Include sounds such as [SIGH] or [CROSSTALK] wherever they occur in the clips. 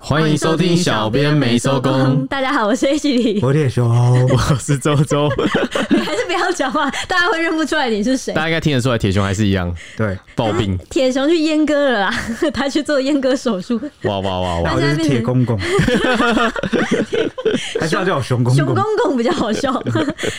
欢迎收听小编没收工，大家好，我是 H 李， [LAUGHS] 我也说， [LAUGHS] 我是周周，你还是不要讲话，大家会认不出来你是 [LAUGHS] 谁大。家应该听得出来，铁熊还是一样对，暴病，铁熊去阉割了啦， [LAUGHS] 他去做阉割手术。哇哇哇那哇！我就是铁 [LAUGHS] 公公，还是要叫我熊公熊公公。公比较好 [LAUGHS] 笑。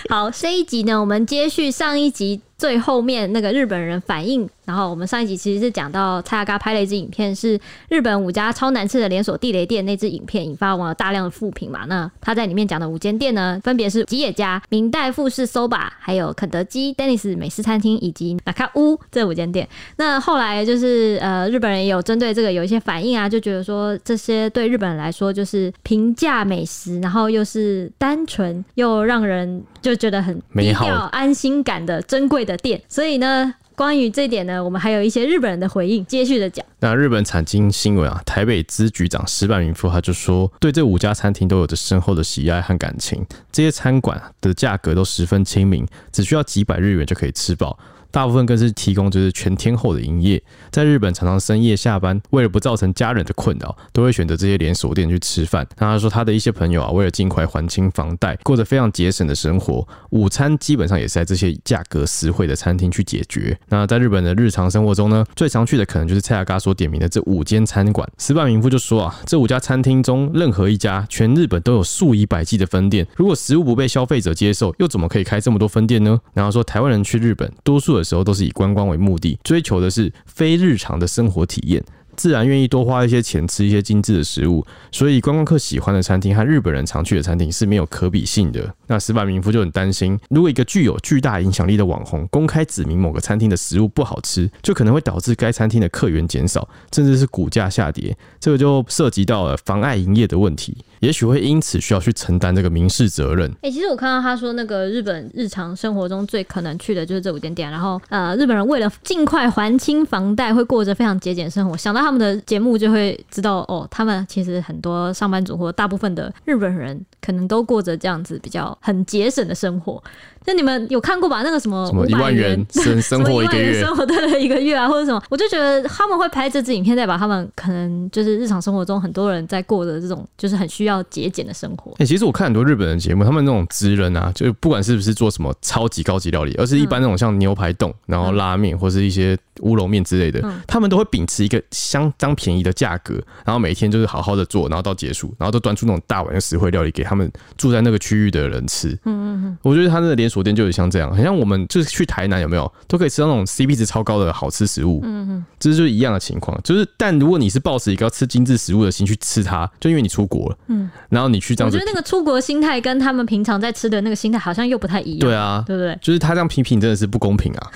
好，这一集呢，我们接续上一集最后面那个日本人反应。然后我们上一集其实是讲到蔡阿嘎拍了一支影片，是日本五家超难吃的连锁地雷店那支影片，引发网友大量的负评嘛。那他在里面讲的五间店呢，分别是吉野家、明代富士 Soba，还有肯德基、Dennis 美式餐厅以及纳卡屋这五间店。那后来就是呃，日本人也有针对这个有一些反应啊，就觉得说这些对日本人来说就是平价美食，然后又是单纯又让人就觉得很美好低调安心感的珍贵的店。所以呢，关于这点呢，我们还有一些日本人的回应，接续的讲。那日本产经新闻啊，台北支局长石坂云夫他就说，对这五家餐厅都有着深厚的喜爱和感情，这些餐馆的价格都十分亲民，只需要几百日元就可以吃饱。大部分更是提供就是全天候的营业，在日本常常深夜下班，为了不造成家人的困扰，都会选择这些连锁店去吃饭。那他说他的一些朋友啊，为了尽快还清房贷，过着非常节省的生活，午餐基本上也是在这些价格实惠的餐厅去解决。那在日本的日常生活中呢，最常去的可能就是蔡阿嘎所点名的这五间餐馆。石坂明夫就说啊，这五家餐厅中任何一家，全日本都有数以百计的分店。如果食物不被消费者接受，又怎么可以开这么多分店呢？然后说台湾人去日本，多数的时候都是以观光为目的，追求的是非日常的生活体验。自然愿意多花一些钱吃一些精致的食物，所以观光客喜欢的餐厅和日本人常去的餐厅是没有可比性的。那石坂明夫就很担心，如果一个具有巨大影响力的网红公开指明某个餐厅的食物不好吃，就可能会导致该餐厅的客源减少，甚至是股价下跌。这个就涉及到了妨碍营业的问题，也许会因此需要去承担这个民事责任。哎、其实我看到他说那个日本日常生活中最可能去的就是这五间店，然后呃，日本人为了尽快还清房贷，会过着非常节俭生活。想到他们的节目，就会知道哦，他们其实很多上班族或大部分的日本人，可能都过着这样子比较很节省的生活。那你们有看过吧？那个什么什么500一哦万元生生活一个什么一万元月，生活对一个月啊，或者什么，我就觉得他们会拍这支影片，代表他们可能就是日常生活中很多人在过着这种就是很需要节俭的生活。哎、其实我看很多日本的节目，他们那种职人啊，就是不管是不是做什么超级高级料理，而是一般那种像牛排冻，然后拉面或是一些乌龙面之类的，嗯他们都会秉持一个相当便宜的价格，然后每天就是好好的做，然后到结束，然后都端出那种大碗的实惠料理给他们住在那个区域的人吃。嗯嗯嗯，我觉得他那个连锁店就有像这样，很像我们就是去台南有没有，都可以吃到那种 CP 值超高的好吃食物。嗯嗯，这就是一样的情况，就是但如果你是抱持一个要吃精致食物的心去吃它，就因为你出国了，嗯，然后你去这我样觉子得那个出国心态跟他们平常在吃的那个心态好像又不太一样，对啊，对不对？就是他这样批评真的是不公平啊！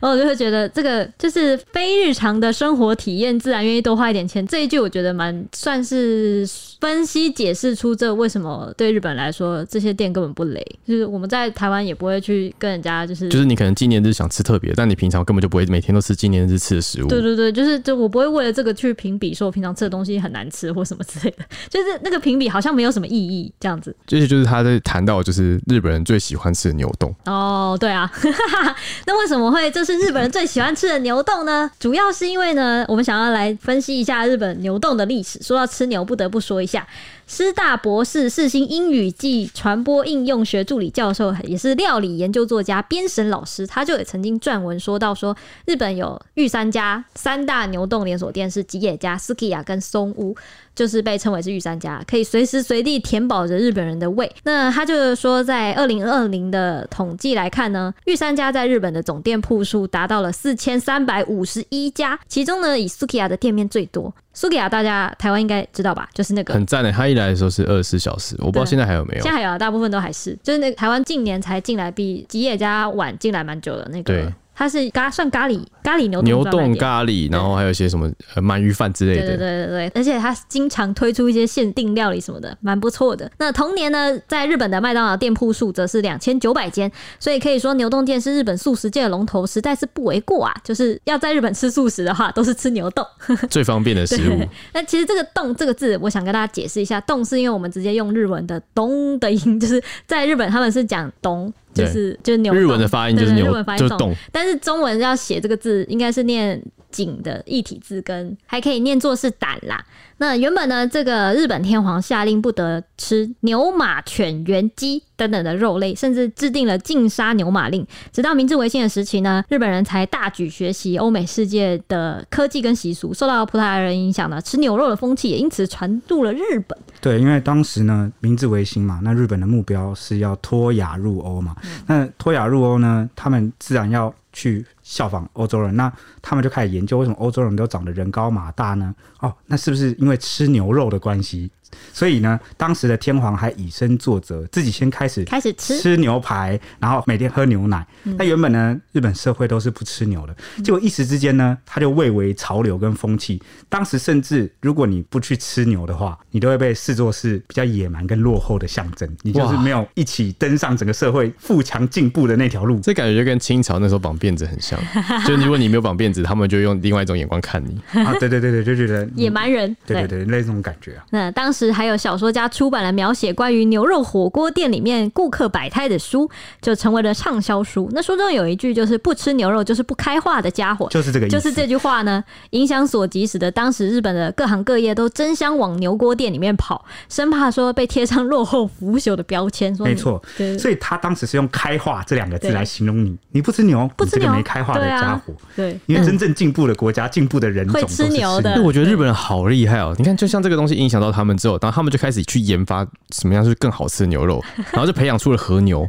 然后我就会觉得这个就是非日常的生活体验，自然愿意多花一点钱。这一句我觉得蛮算是分析解释出这为什么对日本来说这些店根本不雷，就是我们在台湾也不会去跟人家就是。就是你可能纪念日想吃特别，但你平常根本就不会每天都吃纪念日吃的食物。对对对，就是就我不会为了这个去评比，说我平常吃的东西很难吃或什么之类的， [LAUGHS] 就是那个评比好像没有什么意义这样子。这些就是他在谈到就是日本人最喜欢吃的牛冻，哦，对啊， [LAUGHS] 那为什么会这是日本人最喜欢吃的牛冻呢？主要是因为呢，我们想要来分析一下日本牛冻的历史。说到吃牛，不得不说一下，师大博士、世新英语暨传播应用学助理教授，也是料理研究作家、编审老师，他就也曾经撰文说到说，日本有御三家三大牛冻连锁店是吉野家、斯基亚跟松屋。就是被称为是御三家，可以随时随地填饱着日本人的胃。那他就是说，在二零二零的统计来看呢，御三家在日本的总店铺数达到了四千三百五十一家，其中呢以 Sukiya 的店面最多。Sukiya 大家台湾应该知道吧，就是那个。很赞的。欸他一来的时候是二十四小时，我不知道对现在还有没有现。在还有啊，大部分都还是，就是那个台湾近年才进来，比吉野家晚进来蛮久的那个对，它是咖算咖喱咖喱牛冻牛专卖冻店咖喱，然后还有一些什么呃鳗鱼饭之类对对的，对对对，而且他经常推出一些限定料理什么的，蛮不错的。那同年呢，在日本的麦当劳店铺数则是两千九百间，所以可以说牛洞店是日本素食界的龙头，实在是不为过啊。就是要在日本吃素食的话，都是吃牛洞。最方便的食 [LAUGHS] 物对。 [LAUGHS] 那其实这个“洞”这个字，我想跟大家解释一下，“洞”是因为我们直接用日文的“咚”的音， [LAUGHS] 就是在日本他们是讲“咚”，就对是就是牛洞。日文的发音就是对对牛日文发，音就是懂冻。但是中文要写这个字，应该是念井的一体字根，还可以念作是胆啦。那原本呢，这个日本天皇下令不得吃牛、马、犬、猿、鸡等等的肉类，甚至制定了禁杀牛马令。直到明治维新的时期呢，日本人才大举学习欧美世界的科技跟习俗，受到葡萄牙人影响呢，吃牛肉的风气也因此传入了日本。对，因为当时呢，明治维新嘛，那日本的目标是要脱亚入欧嘛。嗯那脱亚入欧呢，他们自然要去效仿欧洲人。那他们就开始研究，为什么欧洲人都长得人高马大呢？哦，那是不是因为吃牛肉的关系？所以呢，当时的天皇还以身作则，自己先开始开始吃嗯吃牛排，然后每天喝牛奶。那原本呢，日本社会都是不吃牛的，结果一时之间呢，他就蔚为潮流跟风气。当时甚至如果你不去吃牛的话，你都会被视作是比较野蛮跟落后的象征，你就是哇没有一起登上整个社会富强进步的那 [LAUGHS] 条路。这感觉就跟清朝那时候绑辫子很 [LAUGHS] 像，就如果你没有绑辫子，他们就用另外一种眼光看你。啊，对对对对，就觉得野，蛮人，对 [LAUGHS] 对对，那种感觉啊。那当时还有小说家出版了描写关于牛肉火锅店里面顾客百态的书，就成为了畅销书。那书中有一句就是“不吃牛肉就是不开化的家伙”，就是这个意思，就是这句话呢，影响所及，使得当时日本的各行各业都争相往牛锅店里面跑，生怕说被贴上落后腐朽的标签。说你没错对所以他当时是用“开化”这两个字对来形容你，你不吃牛，不吃你这牛个没开化的对啊家伙。对，因为真正进步的国家、进步的人种会都吃是牛的那我觉得日本人好厉害哦！你看，就像这个东西影响到他们之后，然后他们就开始去研发什么样是更好吃的牛 [LAUGHS] 肉，然后就培养出了和牛。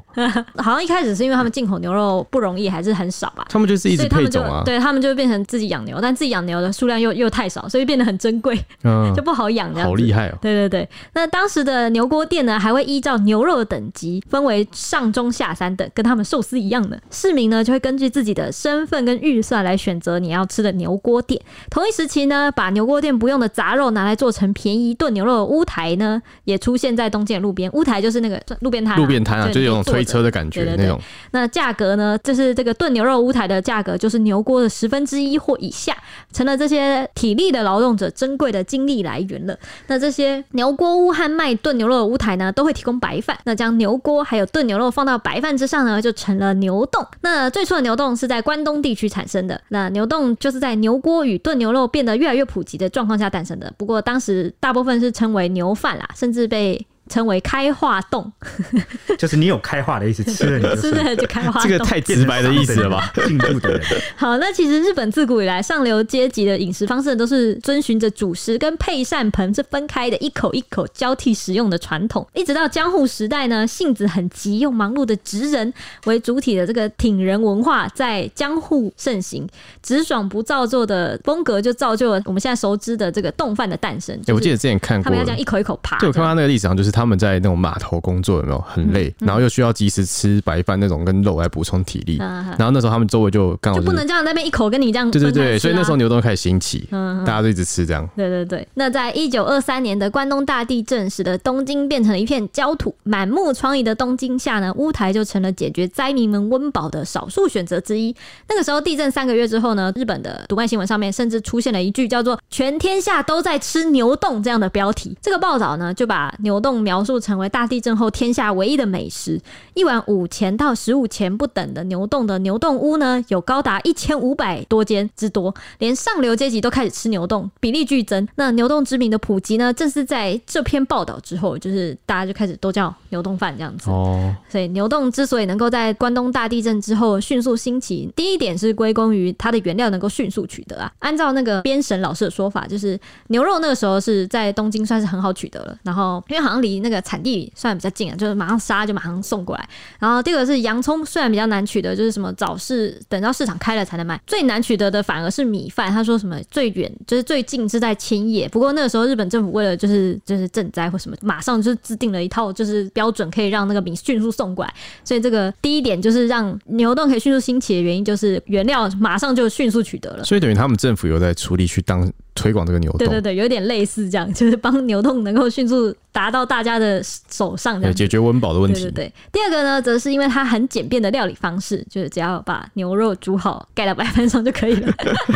好像一开始是因为他们进口牛肉不容易，还是很少吧。他们就是一所直以他配们就种啊，对他们就变成自己养牛，但自己养牛的数量又又太少，所以变得很珍贵，嗯就，不好养这样子。好厉害哦！对对对，那当时的牛锅店呢，还会依照牛肉的等级分为上中下三等，跟他们寿司一样的。市民呢就会根据自己的身份跟预算来选择你要吃的牛锅店。同一时期呢，把牛锅店不用的杂肉拿来做成便宜炖牛肉的乌台呢，也出现在东京的路边。乌台就是那个路边摊啊、路边摊啊，就对有种你坐着推车的感觉对对对那种。那价格呢，就是这个炖牛肉乌台的价格，就是牛锅的十分之一或以下，成了这些体力的劳动者珍贵的精力来源了。那这些牛锅屋和卖炖牛肉的乌台呢，都会提供白饭。那将牛锅还有炖牛肉放到白饭之上呢，就成了牛冻。那最初的牛冻是在关东地区产生的。那牛冻就是在牛锅与炖牛肉变得越来越普及的状况下诞生的。不过当时大部分是称为牛饭啦，甚至被称为开化冻， [LAUGHS] 就是你有开化的意思，吃 [LAUGHS] 了你就是是不是就开化冻？这个 [LAUGHS] 太直白的意思了吧？？进步的人，好，那其实日本自古以来上流阶级的饮食方式都是遵循着主食跟配膳盆是分开的，一口一口交替食用的传统。一直到江户时代呢，性子很急又忙碌的职人为主体的这个挺人文化在江户盛行，直爽不造作的风格就造就了我们现在熟知的这个冻饭的诞生。哎，就我记是得之前看他过们要这样一口一口嗯爬，对，我看到他那个历史上，就是他们在那种码头工作，有没有很累，然后又需要及时吃白饭那种跟肉来补充体力，嗯嗯然后那时候他们周围就刚好就是不能这样那边一口跟你这样对对分开对，吃所以那啊时候牛顿开始兴起，嗯大家都一直吃这样。对对对，那在一九二三年的关东大地震，使得东京变成了一片焦土。满目疮痍的东京下呢，乌台就成了解决灾民们温饱的少数选择之一。那个时候地震三个月之后呢，日本的读卖新闻上面甚至出现了一句叫做“全天下都在吃牛冻”这样的标题。这个报道呢，就把牛冻描述成为大地震后天下唯一的美食。一碗五钱到十五钱不等的牛冻的牛冻屋呢，有高达一千五百多间之多，连上流阶级都开始吃牛冻，比例剧增。那牛冻之名的普及呢，正是在这篇报道之后，就是大家就开始都叫牛冻饭这样子。哦，所以牛冻之所以能够在关东大地震之后迅速兴起，第一点是归功于它的原料能够迅速取得啊。按照那个边神老师的说法，就是牛肉那个时候是在东京算是很好取得了，然后因为好像离那个产地算比较近啊，就是马上杀就马上送过来。然后第二个是洋葱，虽然比较难取得，就是什么早市等到市场开了才能买，最难取得的反而是米饭。他说什么最远就是最近是在千叶，不过那个时候日本政府为了就是就是赈灾或什么，马上就制定了一套就是标准，可以让那个米迅速送过来。所以这个第一点就是让牛顿可以迅速兴起的原因，就是原料马上就迅速取得了。所以等于他们政府有在出力去当推广这个牛对洞，对对，有点类似这样， [LAUGHS] 就是帮牛洞能够迅速达到大家的手上这对样解决温饱的问对对 [LAUGHS] 题。对，第二个呢，则是因为它很简便的料理方式，就是只要把牛肉煮好盖到白饭上就可以 [LAUGHS] 了。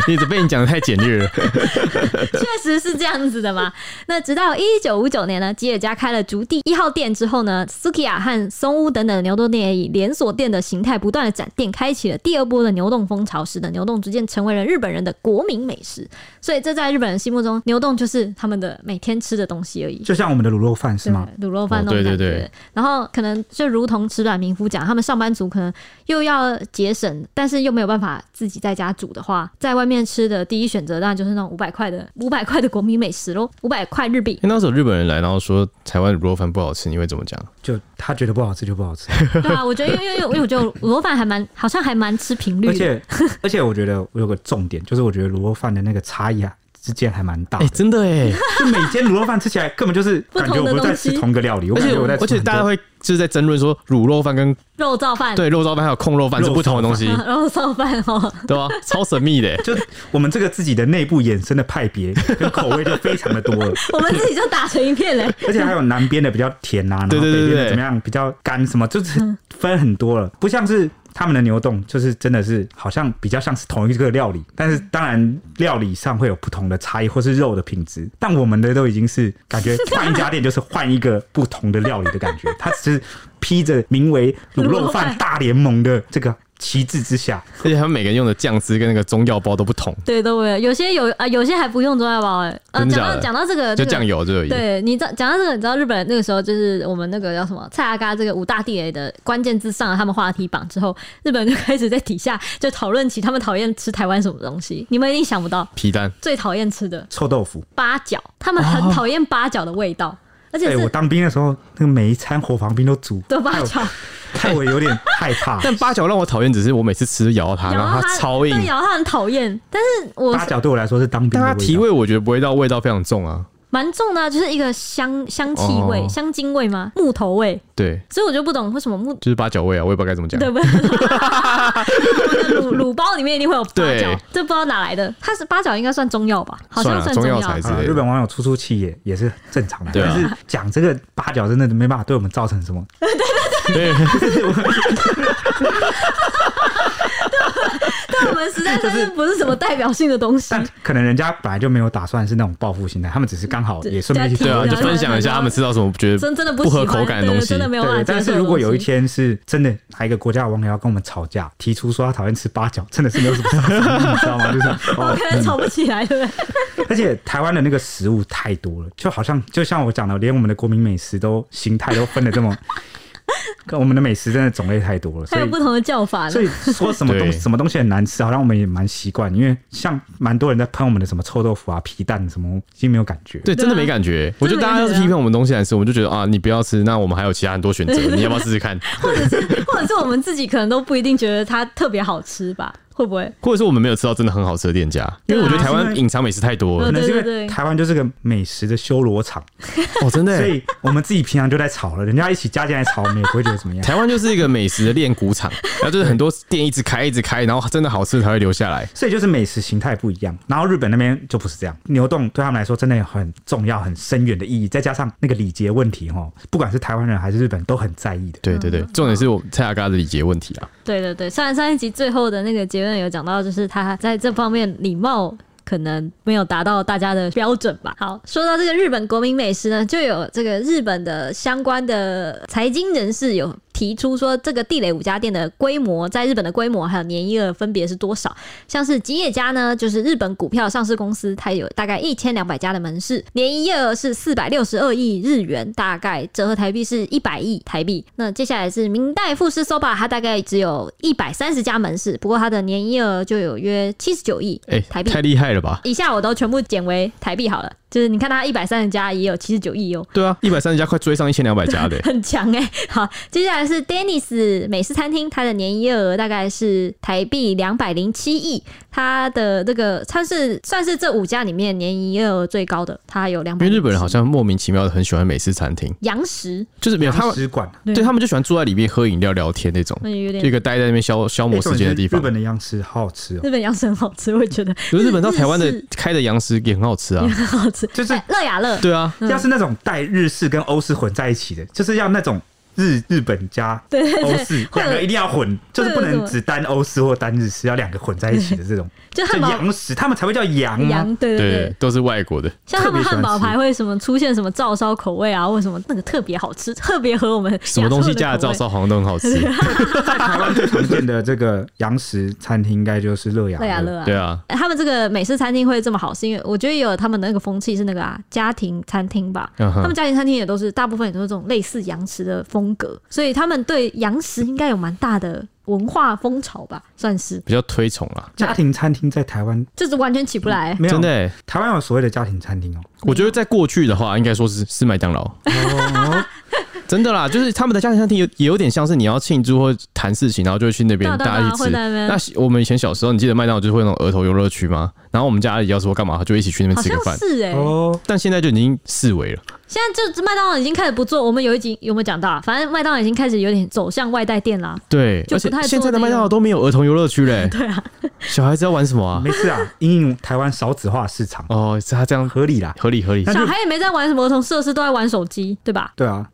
一直被你讲的太简略了，确实是这样子的嘛。那直到一九五九年呢，吉尔家开了竹地一号店之后呢，Sukiya 和松屋等等的牛洞店也以连锁店的形态不断的展店，开启了第二波的牛洞风潮，使得牛洞逐渐成为了日本人的国民美食。所以这在日本人心目中，牛洞就是他们的每天吃的东西而已。就像我们的卤肉饭是吗？对？卤肉饭那哦种对感觉。对对。然后可能就如同池阮明夫讲，他们上班族可能又要节省，但是又没有办法自己在家煮的话，在外面吃的第一选择当然就是那种五百块的五百块的国民美食喽，五百块日币 [LAUGHS] 哎那时候日本人来，然后说台湾卤肉饭不好吃，你会怎么讲？就他觉得不好吃就不好吃，对啊，我觉得因为因为因为我觉得卤肉饭还蛮好像还蛮吃频率而的。且而且我觉得我有个重点，就是我觉得卤肉饭的那个差异啊之间还蛮大哎、的，真的 [LAUGHS] 哎、就每间卤肉饭吃起来根本就是不同感的觉我不是在东西吃同一个料理，我而感且觉我在吃而且很多大家会就是在争论说卤肉饭跟肉燥饭，对肉燥饭还有控肉饭是不同的东西， [LAUGHS] 肉燥饭哦， [LAUGHS] 对吧、超神秘的、欸。就我们这个自己的内部衍生的派别跟口味就非常的多了，我们自己就打成一片嘞。而且还有南边的比较甜啊，然对后对对北边对的怎么样比较干什么，就是分很多了，不像是。他们的牛冻就是真的是好像比较像是同一个料理，但是当然料理上会有不同的差异，或是肉的品质。但我们的都已经是感觉换一家店就是换一个不同的料理的感觉，它只是披着名为“卤卤肉肉饭饭大联盟”的这个旗帜之下，而且他们每个人用的酱汁跟那个中药包都不同，对，都没有，有些有啊、有些还不用中药包哎。呃，真的讲假到的讲到这个，就这个酱油这而已。对你知道讲到这个，你知道日本那个时候就是我们那个叫什么蔡阿嘎这个五大地雷的关键字上了他们话题榜之后，日本就开始在底下就讨论起他们讨厌吃台湾什么东西。你们一定想不到，皮蛋最讨厌吃的臭豆腐。八角，他们很讨厌八角的味道，而且哎、我是当兵的时候，那个每一餐火防兵都 [LAUGHS] 煮，对八角，害我有点害怕。但八角让我讨厌，只是我每次吃都咬到它，然然后后它超硬对，，咬它很讨厌。但是我八角对我来说是当兵但的味它道提味我觉得不会到味道非常重啊。蛮重的啊、就是一个香香气味、哦香精味吗？木头味，对，所以我就不懂为什么木就是八角味啊，我也不知道该怎么讲。对不 [LAUGHS] 对？卤卤包里面一定会有八角对，这不知道哪来的。它是八角应该算中药吧？好像算了中中药药材质好啦对啊日本网友出出气也也是正常的，对啊但是讲这个八角真的没办法对我们造成什么。对，但我们实在就是是不是什么代表性的东西。 [LAUGHS] 但可能人家本来就没有打算是那种报复心态，他们只是刚好对也顺便一起对对啊，啊就分享一下他们吃到什么觉真得真的不不喜合欢，口感的对东对西真的没有办法对，接受但的是如果有一东西，天是真的哪一个国家的网友要跟我们吵架，提出说他讨厌吃八角，真的是没有什么杀伤力，你知道吗？就是我哦，可能吵不起来，对不对？而且台湾的那个食物太多了，就好像就像我讲的，连我们的国民美食都形态都分的这么，跟我们的美食真的种类太多了，所还有以不同的叫法呢所。以说 [LAUGHS] 什么东对什么东西很难吃，好像我们也蛮习惯，因为像蛮多人在喷我们的什么臭豆腐啊、皮蛋什么，已经没有感觉。对，啊真的没感觉。我觉得大家要是批评我们东西难吃，我们就觉得啊，你不要吃，那我们还有其他很多选择，你 [LAUGHS] 要不要试试看？或者是或者是我们自己可能都不一定觉得它特别好吃吧？会不会？或者是我们没有吃到真的很好吃的店家，因对啊为我觉得台湾隐藏美食太多嗯了。可能是因对对对为台湾就是个美食的修罗场， [LAUGHS] 哦，真的所欸，以我们自己平常就在炒了，人家一起加进来炒，我们也不会觉得怎么 [LAUGHS] 样。台湾就是一个美食的练谷场，然后就是很多店一直开一直开，然后真的好吃才会留下来。所以就是美食形态不一样，然后日本那边就不是这样。牛洞对他们来说真的有很重要、很深远的意义，再加上那个礼节问题哦，不管是台湾人还是日本都很在意的。对对对，重点是我蔡阿嘎的礼节问题啊。对对对，上上一集最后的那个结论有讲到，就是他在这方面礼貌。可能没有达到大家的标准吧。好，说到这个日本国民美食呢，就有这个日本的相关的财经人士有提出说，这个地雷五家店的规模，在日本的规模还有年营业额分别是多少？像是吉野家呢，就是日本股票上市公司，它有大概一千两百家的门市，年营业额是四百六十二亿日元，大概折合台币是一百亿台币。那接下来是明代富士 SOBA，它大概只有一百三十家门市，不过它的年营业额就有约七十九亿哎、台币。太厉害了吧？以下我都全部减为台币好了，就是你看它一百三十家也有七十九亿哦， [LAUGHS] 对啊，一百三十家快追上一千两百家的欸、很强哎、好，接下来是 Dennis 美式餐厅，它的年营业额大概是台币两百零七亿，它的这个它是算是这五家里面年营业额最高的，它有两因百。为日本人好像莫名其妙的很喜欢美式餐厅，洋食，就是没有他洋们，食馆，对他们就喜欢坐在里面喝饮料聊天那种，那有点就一个待在那边消消磨哎重时间点的是地方日。本的洋食好好吃哦，日本洋食很好吃，我也觉得可是日本到台湾日的式开的洋食也很好吃啊， [LAUGHS] 很好吃，就是哎乐雅乐，对啊，要是那种带日式跟欧式混在一起的，就是要那种日日本加欧式会有两个一定要混，就是不会有能什么只单欧式或单日式，要两个混在一起的这种， [LAUGHS] 就叫汉堡洋食， [LAUGHS] 他们才会叫洋啊。洋，对对嗯对对，，都是外国的。像他们汉堡特别喜欢排吃会什么出现什么照烧口味啊，或者什么那个特别好吃， [LAUGHS] 特别合我们什么东西加亚的洲照烧口味 [LAUGHS] 好像都很好吃，在台湾最常见的这个洋食餐厅，应该就是乐雅乐雅乐啊对。啊，哎他们这个美式餐厅会这么好，是因为我觉得也有他们的那个风气是那个啊家庭餐厅吧。嗯他们哼，家庭餐厅也都是大部分也都是这种类似洋食的风格，所以他们对洋食应该有蛮大的文化风潮吧，算是比较推崇啊，家庭餐厅在台湾就是完全起不来、没有，真的欸。台湾有所谓的家庭餐 [LAUGHS] 厅哦。我觉得在过去的话，应该说是是麦当 [LAUGHS] 劳，哦，真的啦，就是他们的家庭餐厅有也有点像是你要庆祝或谈事情，然后就会去那边对啊大家一起对啊会吃。在那边那我们以前小时候，你记得麦当劳就是会有那种儿童游乐区吗？然后我们家里要说干嘛，就一起去那边好吃像个饭。是哎、哦，但现在就已经四维了，现在就麦当劳已经开始不做，我们有一集有没有讲到、啊？反正麦当劳已经开始有点走向外带店啦。对，就而不且太现在做那的个麦当劳都没有儿童游乐区 [LAUGHS] 嘞。对啊，小孩子要玩什么啊？没事啊，因应台湾少子化市场哦，是他这样合理啦。合理合理，那就小孩也没在玩什么儿童设施，都在玩手机，对吧？对啊，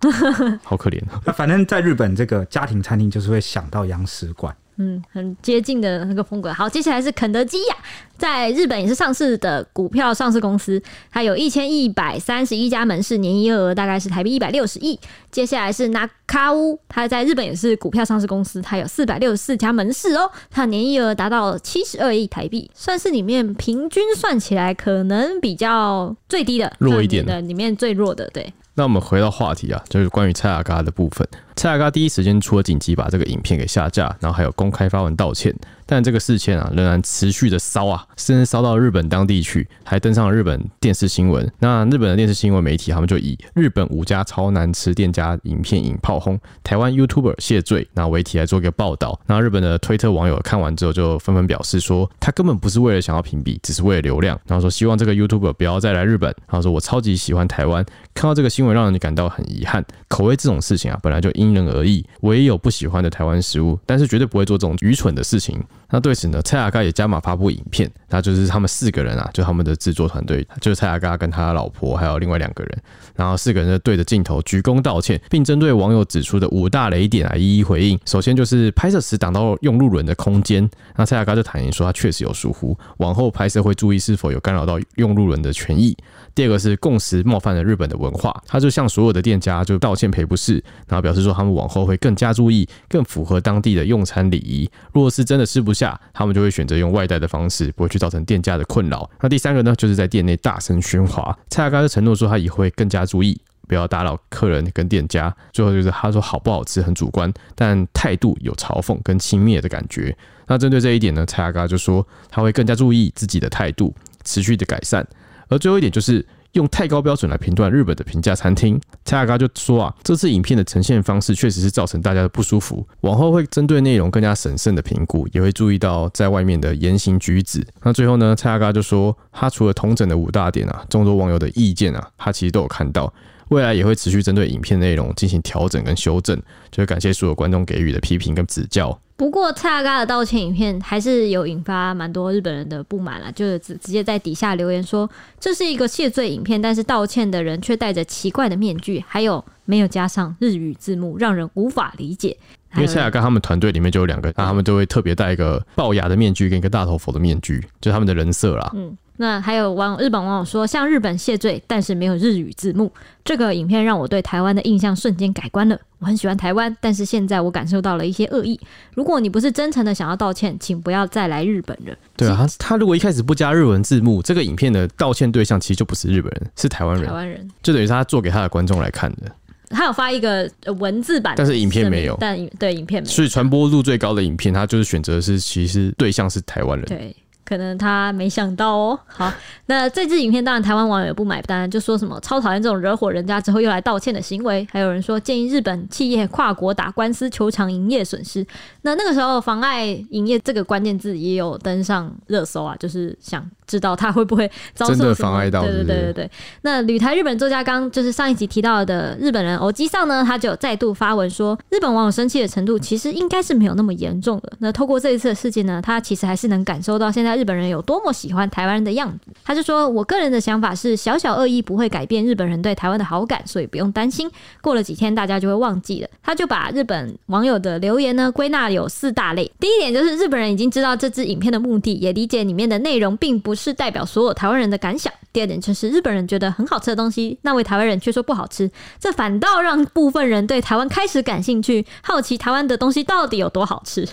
好可怜。啊那反正在日本这个家庭餐厅就是会想到洋食馆，嗯，很接近的那个风格。好，接下来是肯德基呀、在日本也是上市的股票上市公司，它有一千一百三十一家门市，年营业额大概是台币一百六十亿。接下来是 Nakau，它在日本也是股票上市公司，它有四百六十四家门市哦，它的年营业额达到七十二亿台币，算是里面平均算起来可能比较最低的，弱一点的的，里面最弱的，对。那我们回到话题啊，就是关于蔡雅嘎的部分。蔡雅嘎第一时间出了紧急把这个影片给下架，然后还有公开发文道歉。但这个事件啊，仍然持续的烧啊，甚至烧到日本当地去，还登上了日本电视新闻。那日本的电视新闻媒体，他们就以日本五家超难吃店家影片引炮轰，台湾 YouTuber 谢罪，那为题来做一个报道。那日本的推特网友看完之后，就纷纷表示说，他根本不是为了想要屏蔽，只是为了流量。然后说希望这个 YouTuber 不要再来日本。然后说我超级喜欢台湾，看到这个新闻让人感到很遗憾。口味这种事情啊，本来就因人而异。我也有不喜欢的台湾食物，但是绝对不会做这种愚蠢的事情。那对此呢，蔡雅嘎也加码发布影片，那就是他们四个人啊，就他们的制作团队，就是蔡雅嘎跟他老婆还有另外两个人，然后四个人就对着镜头鞠躬道歉，并针对网友指出的五大雷点啊一一回应。首先就是拍摄时挡到用路人的空间，那蔡雅嘎就坦言说他确实有疏忽，往后拍摄会注意是否有干扰到用路人的权益。第二个是共识冒犯了日本的文化，他就向所有的店家就道歉赔不是，然后表示说他们往后会更加注意，更符合当地的用餐礼仪。如果是真的吃不下，他们就会选择用外带的方式，不会去造成店家的困扰。那第三个呢，就是在店内大声喧哗。蔡雅刚就承诺说他以后会更加注意。不要打扰客人跟店家。最后就是他说好不好吃很主观，但态度有嘲讽跟轻蔑的感觉。那针对这一点呢，蔡雅刚就说他会更加注意自己的态度，持续的改善。而最后一点就是用太高标准来评断日本的平价餐厅。蔡雅嘎就说啊，这次影片的呈现方式确实是造成大家的不舒服，往后会针对内容更加审慎的评估，也会注意到在外面的言行举止。那最后呢，蔡雅嘎就说，他除了同整的五大点啊，众多网友的意见啊，他其实都有看到。未来也会持续针对影片内容进行调整跟修正，就是感谢所有观众给予的批评跟指教。不过蔡阿嘎的道歉影片还是有引发蛮多日本人的不满啦，就是直直接在底下留言说这是一个谢罪影片，但是道歉的人却戴着奇怪的面具，还有没有加上日语字幕，让人无法理解。因为还蔡有雅刚他们团队里面就有两个，那他们就会特别戴一个龅牙的面具跟一个大头佛的面具，就是他们的人设啦。那还有网日本网友说向日本谢罪，但是没有日语字幕。这个影片让我对台湾的印象瞬间改观了。我很喜欢台湾，但是现在我感受到了一些恶意。如果你不是真诚的想要道歉，请不要再来日本了。对啊，他他如果一开始不加日文字幕，这个影片的道歉对象其实就不是日本人，是台湾台人，湾人。就等于是他做给他的观众来看的。他有发一个呃文字版，但是影片没有但影对影片没有，所以传播度最高的影片，他就是选择是其实对象是台湾人。对。可能他没想到哦。 [LAUGHS] 好，那这支影片当然台湾网友也不买单，就说什么超讨厌这种惹火人家之后又来道歉的行为。还有人说建议日本企业跨国打官司求偿营业损失。那那个时候妨碍营业这个关键字也有登上热搜啊，就是想知道他会不会遭受真的什么妨碍到对对是不对是对对。那旅台日本作家刚就是上一集提到的日本人偶基上呢，他就有再度发文说，日本网友生气的程度其实应该是没有那么严重的。那透过这一次的事件呢，他其实还是能感受到现在日本人有多么喜欢台湾人的样子。他就说，我个人的想法是，小小恶意不会改变日本人对台湾的好感，所以不用担心。过了几天大家就会忘记了。他就把日本网友的留言呢归纳有四大类。第一点就是日本人已经知道这支影片的目的，也理解里面的内容并不是代表所有台湾人的感想。第二点就是日本人觉得很好吃的东西，那位台湾人却说不好吃，这反倒让部分人对台湾开始感兴趣，好奇台湾的东西到底有多好吃。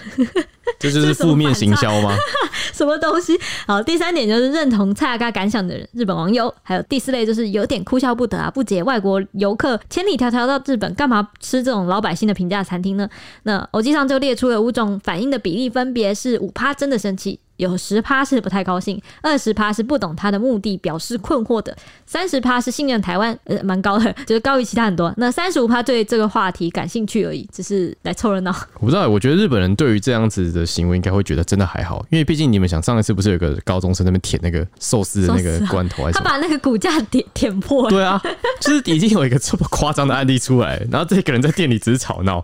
这就是负面行销吗？ [LAUGHS] 什么东西？好，第三点就是认同蔡阿嘎感想的人，日本网友，还有第四类就是有点哭笑不得啊，不解外国游客千里迢迢到日本干嘛吃这种老百姓的平价餐厅呢？那偶记上就列出了五种反应的比例，分别是五趴真的生气。有十趴是不太高兴，二十趴是不懂他的目的，表示困惑的，三十趴是信任台湾，呃，蛮高的，就是高于其他很多。那三十五趴对这个话题感兴趣而已，只是来凑热闹。 [LAUGHS] 我不知道，我觉得日本人对于这样子的行为应该会觉得真的还好，因为毕竟你们想上一次不是有个高中生在那边舔那个寿司的那寿个司啊罐头还是什他么？把那个骨架点点破了，对啊，就是已经有一个这么夸张的案例出来，然后这个人在店里只是吵闹，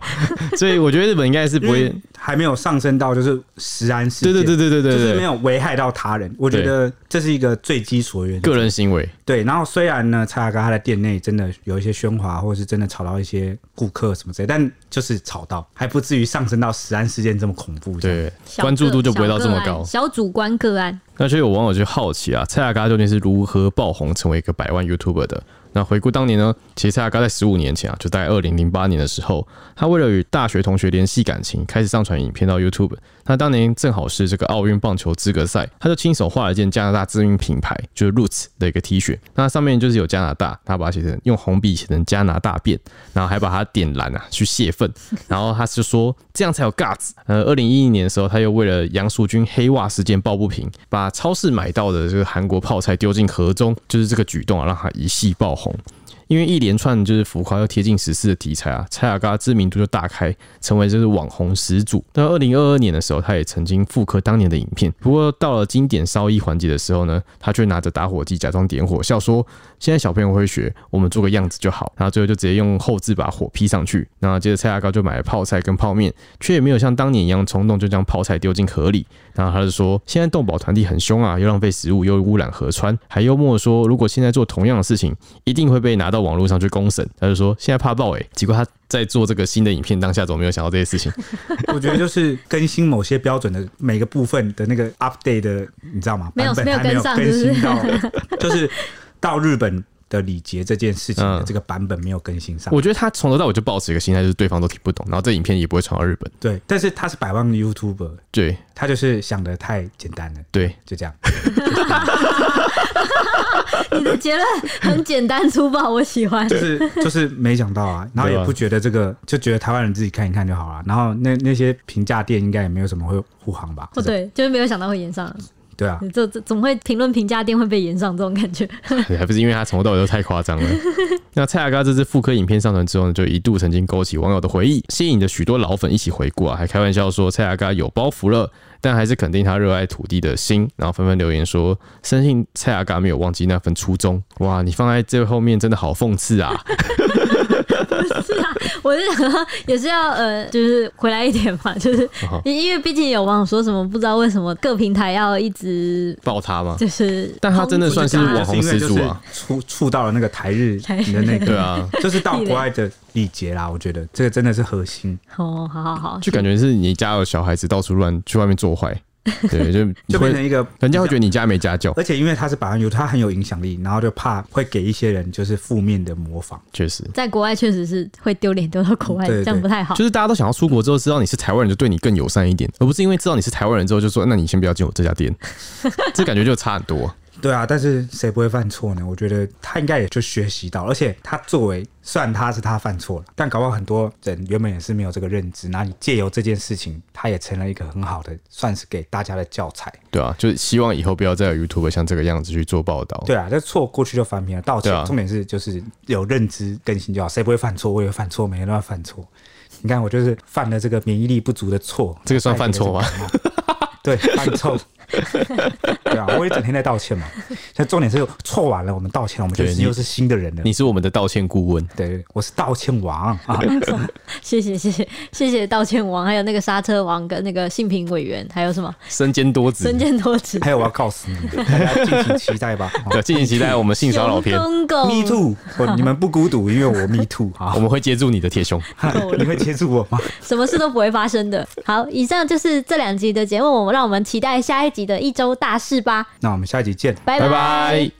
所以我觉得日本应该是不会，还没有上升到就是食安事对件，对对对对就是对没对，有危害到他人。我觉得这是一个最基础的原则。个人行为，对，然后虽然呢，蔡阿嘎他在店内真的有一些喧哗，或者是真的吵到一些顾客什么之类，但就是吵到，还不至于上升到食安事件这么恐怖。，对，小关注个度就不会到这么小个案高。小主观个案，那就有网友就好奇啊，蔡雅嘎究竟是如何爆红成为一个百万 YouTuber 的？那回顾当年呢，其实蔡雅嘎在十五年前啊，就在二零零八年的时候，他为了与大学同学联系感情，开始上传影片到 YouTube。那当年正好是这个奥运棒球资格赛，他就亲手画了一件加拿大知名品牌就是 Roots 的一个 T 恤，那上面就是有加拿大，他把它写成用红笔写成加拿大变，然后还把它点燃啊去泄愤， [LAUGHS] 然后他是说这样才有 guts。呃，二零一一年的时候，他又为了杨淑君黑袜事件抱不平，把超市买到的这个韩国泡菜丢进河中，就是这个举动啊，让他一系爆红。因为一连串就是浮夸又贴近时事的题材啊，蔡雅嘎知名度就大开，成为就是网红始祖。那二零二二年的时候，他也曾经复刻当年的影片，不过到了经典烧衣环节的时候呢，他却拿着打火机假装点火，笑说：“现在小朋友会学，我们做个样子就好。”然后最后就直接用后置把火劈上去。那接着蔡雅高就买了泡菜跟泡面，却也没有像当年一样冲动就将泡菜丢进河里。然后他就说：“现在动保团体很凶啊，又浪费食物，又污染河川。”还幽默地说：“如果现在做同样的事情，一定会被拿到网络上去公审。”他就说：“现在怕爆诶、结果他在做这个新的影片当下，怎么没有想到这些事情？我觉得就是更新某些标准的每个部分的那个 update 的，你知道吗？没有版没本有还没有跟上更是不新是到，就是到日本的礼节这件事情的嗯这个版本没有更新上。我觉得他从头到尾就抱持一个心态，就是对方都听不懂，然后这影片也不会传到日本。对，但是他是百万 YouTuber，对他就是想的太简单了，对，[LAUGHS] 就这样。你的结论很简单粗暴，我喜欢。就是就是没想到啊，然后也对啊不觉得这个，就觉得台湾人自己看一看就好了。然后那那些平价店应该也没有什么会护航吧？哦，对，嗯就是没有想到会延上，对啊，这这总会评论评价店会被延上这种感觉。 [LAUGHS] 还不是因为他从头到尾都太夸张了。 [LAUGHS] 那蔡雅嘎这支复刻影片上传之后呢，就一度曾经勾起网友的回忆，吸引着许多老粉一起回顾啊，还开玩笑说蔡雅嘎有包袱了，但还是肯定他热爱土地的心，然后纷纷留言说，深信蔡雅嘎没有忘记那份初衷。哇，你放在这后面真的好讽刺啊！是啊，我是想说也是要呃，就是回来一点嘛，就是好因因为毕竟有网友说什么，不知道为什么各平台要一直爆他吗？就是，但他真的算是网红始就是祖因为啊，就是触触到了那个台日台日的那对个，啊， [LAUGHS] 就是到国外的礼节啦。我觉得这个真的是核心，哦，好好好，就感觉是你家有小孩子到处乱去外面做坏，对，就 [LAUGHS] 就就变会成一个人家会觉得你家没家教，而且因为他是百万 y o 他很有影响力，然后就怕会给一些人就是负面的模仿。确实。在国外确实是会丢脸丢到国外，对对这样不太好嗯就。是大家都想要出国之后知道你是台湾人，就对你更 [LAUGHS] 友善一点，而不是因为知道你是台湾人之后就说，那你先不要进我这家店，这感觉就差很多。对啊，但是谁不会犯错呢？我觉得他应该也就学习到，而且他作为虽然他是他犯错了，但搞不好很多人原本也是没有这个认知，那你借由这件事情，他也成了一个很好的，算是给大家的教材。对啊，就是希望以后不要再有 YouTube 像这个样子去做报道。对啊，这错过去就翻篇了，道歉。对啊重点是就是有认知更新就好，谁不会犯错？我也会犯错，每个人都要犯错。你看，我就是犯了这个免疫力不足的错，这个算犯错吗带给了这个感冒？对，犯错。 [LAUGHS] 对啊，我也整天在道歉嘛。但重点是错完了，我们道歉，我们就对是你又是新的人了。你是我们的道歉顾问，对，我是道歉王啊！谢谢谢谢谢谢道歉王，还有那个刹车王跟那个性平委员，还有什么身兼多职身。兼多职。还有，我要告诉你，大家敬请期待吧。 [LAUGHS] 哦对，敬请期待我们性骚扰 [LAUGHS] 篇，公公 me too，我你们不孤独，因为我 me too 啊我。们会接住你的铁胸。够了 [LAUGHS] 你会接住我吗？什么事都不会发生的。好，以上就是这两集的节目，我们让我们期待下一集的一周大事吧，那我们下一集见。拜拜拜。